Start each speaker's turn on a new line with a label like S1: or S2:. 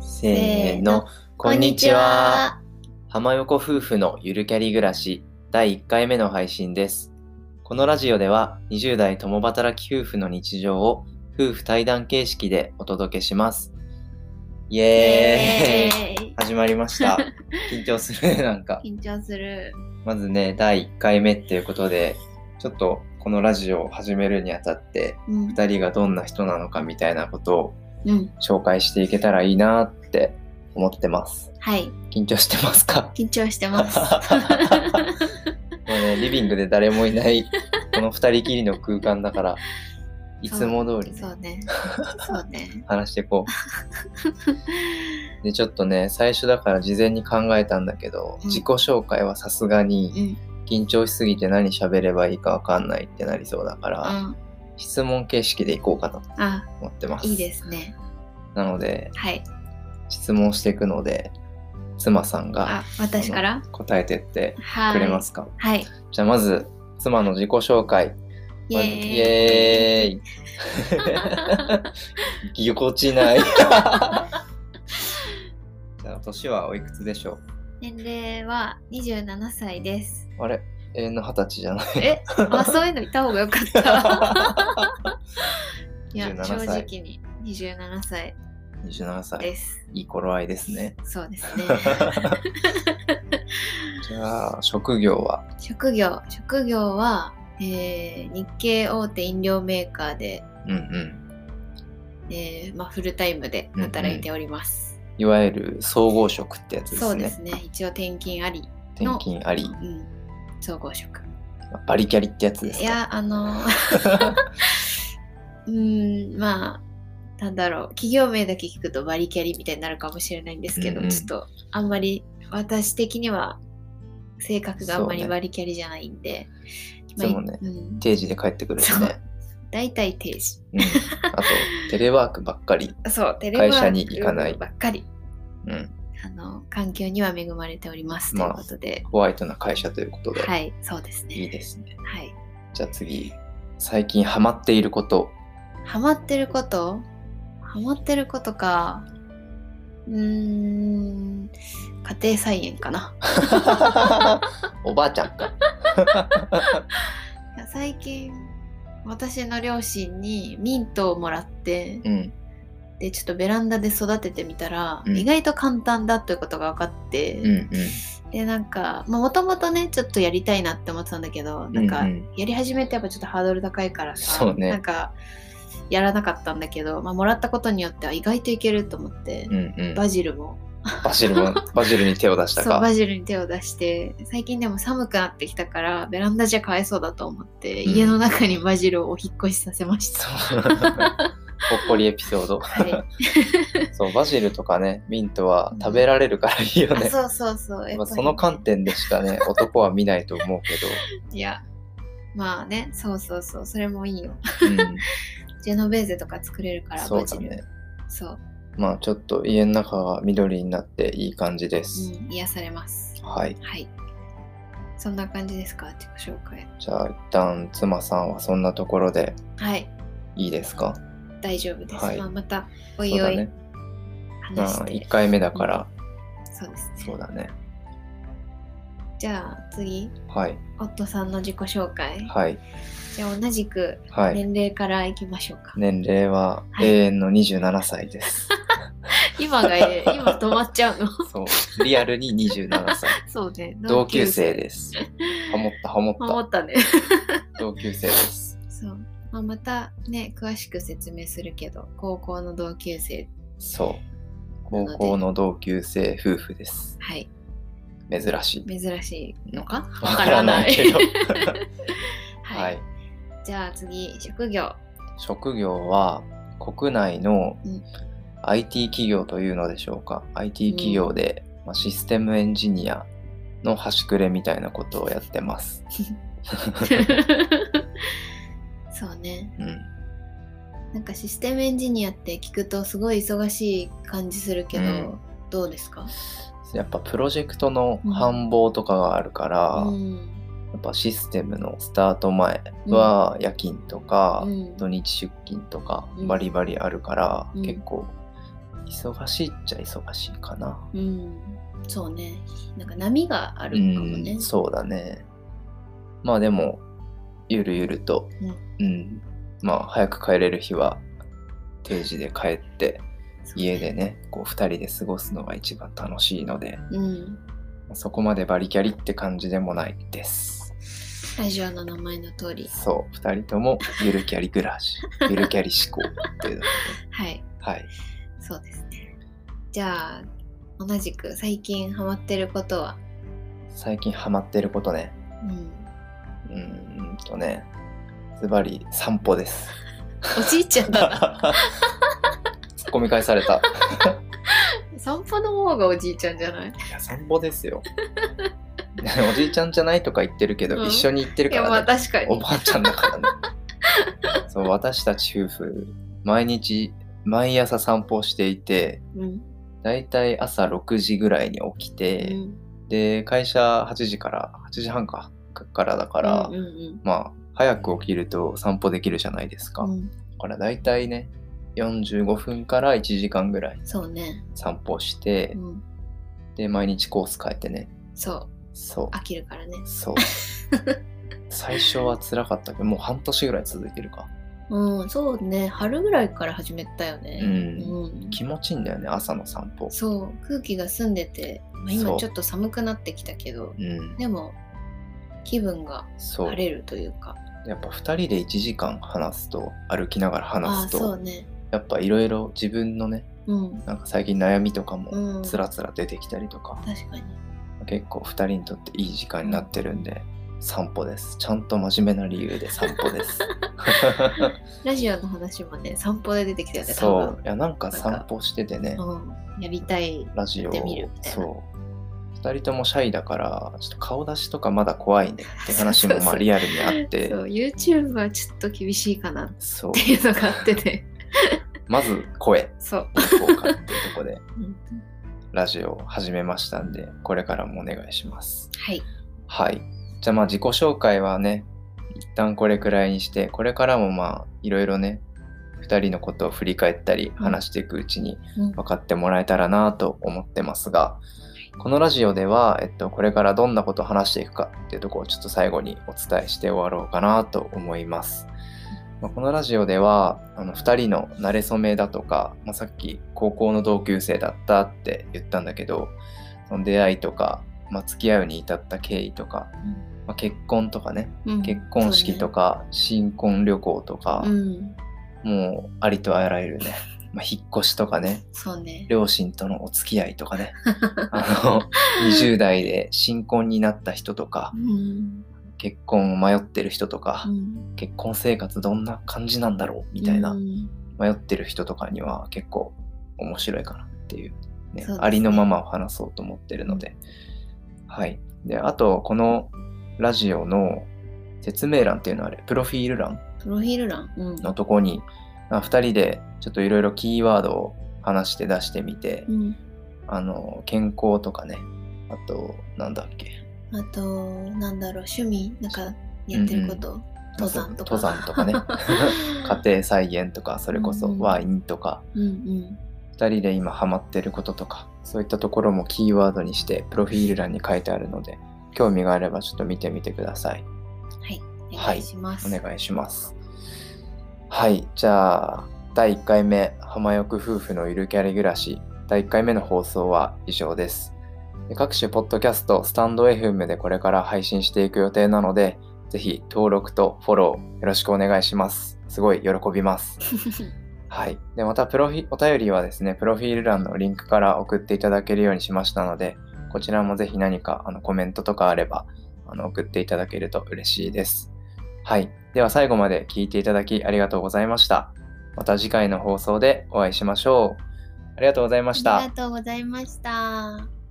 S1: せーの、こんにちは。浜横夫婦のゆるキャリ暮らし第1回目の配信です。このラジオでは20代共働き夫婦の日常を夫婦対談形式でお届けします。イ
S2: イ
S1: エーイ
S2: エーイ
S1: 始まりま した。緊張する、なんか。
S2: 緊張する。
S1: まずね、第1回目っていうことで、ちょっとこのラジオを始めるにあたって、
S2: うん。
S1: 2人がどんな人なのかみたいなことを
S2: うん。
S1: 紹介していけたらいいなって思ってます。
S2: はい。
S1: 緊張してます か
S2: 緊張してます。
S1: もうね、リビングで誰もいない、この二人きりの空間だから、いつも通りね、
S2: そうね。そうね。
S1: 話していこう。で、ちょっとね、最初だから事前に考えたんだけど、
S2: うん
S1: 自己紹介はさすが
S2: う
S1: に
S2: ん。
S1: 緊張しすぎて何喋ればいいかわかんないってなりそうだか
S2: う
S1: ら、
S2: ん。
S1: 質問形式でいこうかなと
S2: あ、
S1: 思ってます。
S2: いいですね。
S1: なので、
S2: はい。
S1: 質問していくので、妻さんが
S2: あ、私から
S1: 答えてって
S2: はい。
S1: くれますか、
S2: はい。
S1: じゃあまず妻の自己紹介
S2: イ
S1: ま
S2: エ
S1: ず
S2: ーイ。
S1: イ エーイ ぎこち ないじゃあ年はおいくつでしょ
S2: 年齢は27歳 です。
S1: うあれ永遠の二十歳じゃない
S2: え、あ、そういうのいた方がよかった。 いや、
S1: 27歳
S2: 正直に27歳
S1: 27歳
S2: です。
S1: いい頃合いですね
S2: そうですね。
S1: じゃあ職業は
S2: 職業職業は、えー日系大手飲料メーカーで、
S1: うんうん
S2: えーまあ、フルタイムで働いております、
S1: いわゆる総合職ってやつですね
S2: そうですね一応転勤あり、
S1: 転勤あり
S2: うん、総合職
S1: バリキャリってやつです
S2: い
S1: か
S2: や あのうーんまあなんだろう企業名だけ聞くとバリキャリみたいになるかもしれないんですけ
S1: う
S2: ど、
S1: んうん
S2: ちょっとあんまり私的には性格があんま
S1: そう
S2: り
S1: ね
S2: バリキャリじゃないんで、
S1: いつもね
S2: まあうん、
S1: 定時で帰ってくるしね
S2: 大体定時
S1: うん、あとテレワークばっかり、
S2: そう、テレワー
S1: 会
S2: ク
S1: 社に行かない
S2: ばっかり。
S1: うん、
S2: あの、環境には恵まれております。と
S1: ま
S2: いう
S1: あ
S2: ことで。
S1: ホワイトな会社ということで、
S2: はい、そうです
S1: いい
S2: ね。
S1: ですね
S2: はい。
S1: じゃあ次最近ハマっていること
S2: ハマってることハマってることか。うーん、家庭菜園かな。
S1: おばあちゃんか
S2: いや最近、私の両親にミントをもらって、
S1: うん
S2: で、ちょっとベランダで育ててみたら、
S1: うん
S2: 意外と簡単だということが分かって、
S1: うんうん
S2: で、なんか、もともとね、ちょっとやりたいなって思ってたんだけど、なんか、
S1: うんうん
S2: やり始めてやっぱちょっとハードル高いからさ
S1: そうね
S2: なんかやらなかったんだけど、まあ、もらったことによっては意外といけると思って、
S1: うんうん
S2: バジルも
S1: バジルもバジルに手を出し
S2: そ
S1: た
S2: う
S1: か
S2: バジルに手を出して最近でも寒くなってきたからベランダじゃかわいそうだと思って、
S1: うん
S2: 家の中にバジルをお引っ越しさせました。
S1: そう ほっこりエピソード、
S2: はい
S1: そうバジルとかねミントは食べられるからいいよ
S2: あ
S1: ね、
S2: そうそうそうやっ
S1: まあ
S2: ぱりね
S1: その観点でしか ね男は見ないと思う
S2: いやまあねそうそうそうそれもいいよ
S1: けど、うん、
S2: ジェノベーゼとか作れるから
S1: そ
S2: バ
S1: うだ
S2: ジル
S1: ね
S2: そう、
S1: まあちょっと家の中が緑になっていい感じです。
S2: うん、癒されます
S1: はい。
S2: はいそんな感じですか自己紹介
S1: じゃあ一旦妻さんはそんなところで
S2: はい
S1: いいですか
S2: 大丈夫です。
S1: はい
S2: まあ、またお
S1: そう
S2: い
S1: だ
S2: おい
S1: ね。ま
S2: 話し
S1: あ
S2: て、
S1: 1回目だから、
S2: そうですね。
S1: そうだね。
S2: じゃあ次、
S1: はい。
S2: 夫さんの自己紹介。
S1: はい。
S2: じゃあ同じく
S1: はい。
S2: 年齢からいきましょうか。
S1: 年齢は
S2: はい
S1: 永遠の27歳 です。
S2: 今がえ え今止まっちゃうの
S1: そう。リアルに27歳。
S2: そうね。
S1: 同級生。です。ハモったハモ
S2: 守
S1: っ
S2: ったね。
S1: た。同級生です。
S2: そう。まあ、またね、詳しく説明するけど、高校の同級生。
S1: そう。高校の同級生夫婦です。
S2: はい。
S1: 珍しい。
S2: 珍しいのか
S1: わ
S2: わ
S1: か
S2: からら
S1: な
S2: ないい
S1: け ど。
S2: は。
S1: はいい。
S2: じゃあ次、職 業。
S1: 職業は国内の
S2: うん
S1: IT 企業というのでしょうか、IT 企業で、まあ、システムエンジニアの端くれみたいなことをやってます、
S2: そうね。
S1: うん、
S2: なんかシステムエンジニアって聞くとすごい忙しい感じするけど、
S1: うん
S2: どうですか
S1: やっぱプロジェクトの繁忙とかがあるから、
S2: うん
S1: やっぱシステムのスタート前は夜勤とか、
S2: うん
S1: 土日出勤とか
S2: うん
S1: バリバリあるから、
S2: うん
S1: 結構忙しいっちゃ忙しいかな。
S2: うん、そうねなんか波があ
S1: う
S2: るかもね、
S1: ん、そうだね。まあでも、ゆるゆると、うん、まあ早く帰れる日は定時で帰って、
S2: そうね
S1: 家でね、こう2人で過ごすのが一番楽しいので、
S2: うん
S1: そこまでバリキャリって感じでもないです。
S2: ラジオの名前の通り
S1: そう、2人ともゆるキャリ暮ら し、ゆるキャリ思考っていうので、
S2: はい
S1: はい。
S2: そうですねじゃあ同じく最近ハマってることは
S1: 最近ハマってることね、
S2: う
S1: う
S2: ん
S1: ーんとね、ズバリ散歩 です。
S2: おじいちゃん だ
S1: 突っ込み返された。
S2: 散歩の方がおじいちゃんじゃない
S1: いや、散歩ですよ。 おじいちゃんじゃないとか言ってるけど、
S2: うん
S1: 一緒に行ってる
S2: い
S1: か
S2: やま
S1: ら
S2: あ
S1: ね。
S2: 確か
S1: お
S2: に
S1: ばあちゃんだからね。そう、私たち夫婦、毎日、毎朝散歩していて、
S2: うん
S1: だいたい朝6時ぐらいに起き
S2: う
S1: て、
S2: ん
S1: で、会社8時から、8時半か、からだから、
S2: うんうん
S1: まあ、早く起きると散歩できるじゃないですか。
S2: う
S1: だ
S2: ん
S1: からだいたいね、45分から1時間ぐらい
S2: そうね
S1: 散歩して
S2: う、ん
S1: で、毎日コース変えてね、
S2: そう
S1: そう。
S2: 飽きるからね
S1: そう。最初は辛かったけど、もう半年ぐらい続いてるか。
S2: うんそうね春ぐらいから始めたよ
S1: う
S2: ね
S1: ん。
S2: うん
S1: 気持ちいいんだよね、朝の散歩。
S2: そう空気が澄んでて、まあ、
S1: そ
S2: 今
S1: う
S2: ちょっと寒くなってきたけど
S1: うん。
S2: でも気分が
S1: そ
S2: 晴
S1: う。
S2: れるというか
S1: やっぱ2人で1時間話すと、歩きながら
S2: あ
S1: 話
S2: あ
S1: す
S2: そう
S1: と、
S2: ね
S1: やっぱいろいろ自分のね、
S2: うん
S1: なんか最近悩みとか
S2: う
S1: も
S2: ん
S1: つらつら出てきたりとか、
S2: 確かに
S1: 結構2人にとっていい時間になってるんで、散歩です。ちゃんと真面目な理由で散歩 です。
S2: ラジオの話もね散歩で出てきたよね多
S1: そ
S2: 分
S1: う。いや、なんか散歩しててね、
S2: うん、やりたい
S1: ラジオ
S2: やってみるみたいな
S1: そう2人ともシャイだからちょっと顔出しとかまだ怖いねって話も
S2: そう
S1: まあ
S2: そうそう
S1: リアルにあって
S2: そう YouTube はちょっと厳しいかなっ
S1: そう
S2: ていうのがあってね
S1: まず声
S2: そう
S1: どこうかっていうとこで
S2: うん
S1: ラジオを始めましたんでこれからもお願いします
S2: はい
S1: はいじゃあまあ自己紹介はね一旦これくらいにしてこれからもまあいろいろね2人のことを振り返ったり
S2: うん
S1: 話していくうちに
S2: うん
S1: 分かってもらえたらなと思ってますがこのラジオでは、えっと、これからどんなことを話していくかっていうところをちょっと最後にお伝えして終わろうかなと思います。まあこのラジオではあの2人の馴れ初めだとか、まあ、さっき高校の同級生だったって言ったんだけどその出会いとか、まあ、付き合うに至った経緯とか、まあ結婚とかね
S2: うん
S1: 結婚式とか、新婚旅行とか
S2: う、ん
S1: もうありとあらゆるね、まあ、引っ越しとかね
S2: そうね
S1: 両親とのお付き合いとかね あの20代で新婚になった人とか
S2: うん
S1: 結婚を迷ってる人とか
S2: う、ん
S1: 結婚生活どんな感じなんだろうみたいな、
S2: うん
S1: 迷ってる人とかには結構面白いかなっていう,、ね
S2: そうですね
S1: ありのままを話そうと思ってるので、はいであとこのラジオの説明欄っていうのはあれプロフィール欄
S2: プロフィール欄、うん、
S1: のとこに2人でちょっといろいろキーワードを話して出してみて、
S2: うん、
S1: あの健康とかねあとなんだっけ
S2: あとなんだろう趣味なんかやってること、登山とか
S1: 登山とかね 家庭菜園とかそれこ
S2: うんう
S1: そ
S2: ん
S1: ワインとか、
S2: うん
S1: 2人で今ハマってることとかそういったところもキーワードにしてプロフィール欄に書いてあるので興味があればちょっと見てみてください
S2: うんはいお
S1: は
S2: 願
S1: い
S2: いします、
S1: お願いしますはいじゃあ第1回目浜横夫婦のゆるキャリ暮らし第1回目の放送は以上ですで各種ポッドキャストスタンド FM でこれから配信していく予定なのでぜひ登録とフォローよろしくお願いしますすごい喜びますはい。で、またプロフィ、お便りはですね、プロフィール欄のリンクから送っていただけるようにしましたので、こちらもぜひ何かあのコメントとかあればあの送っていただけると嬉しいです。はい。では最後まで聞いていただきありがとうございました。また 次回の放送でお会いしましょう。ありがとうございました。
S2: ありがとうございました。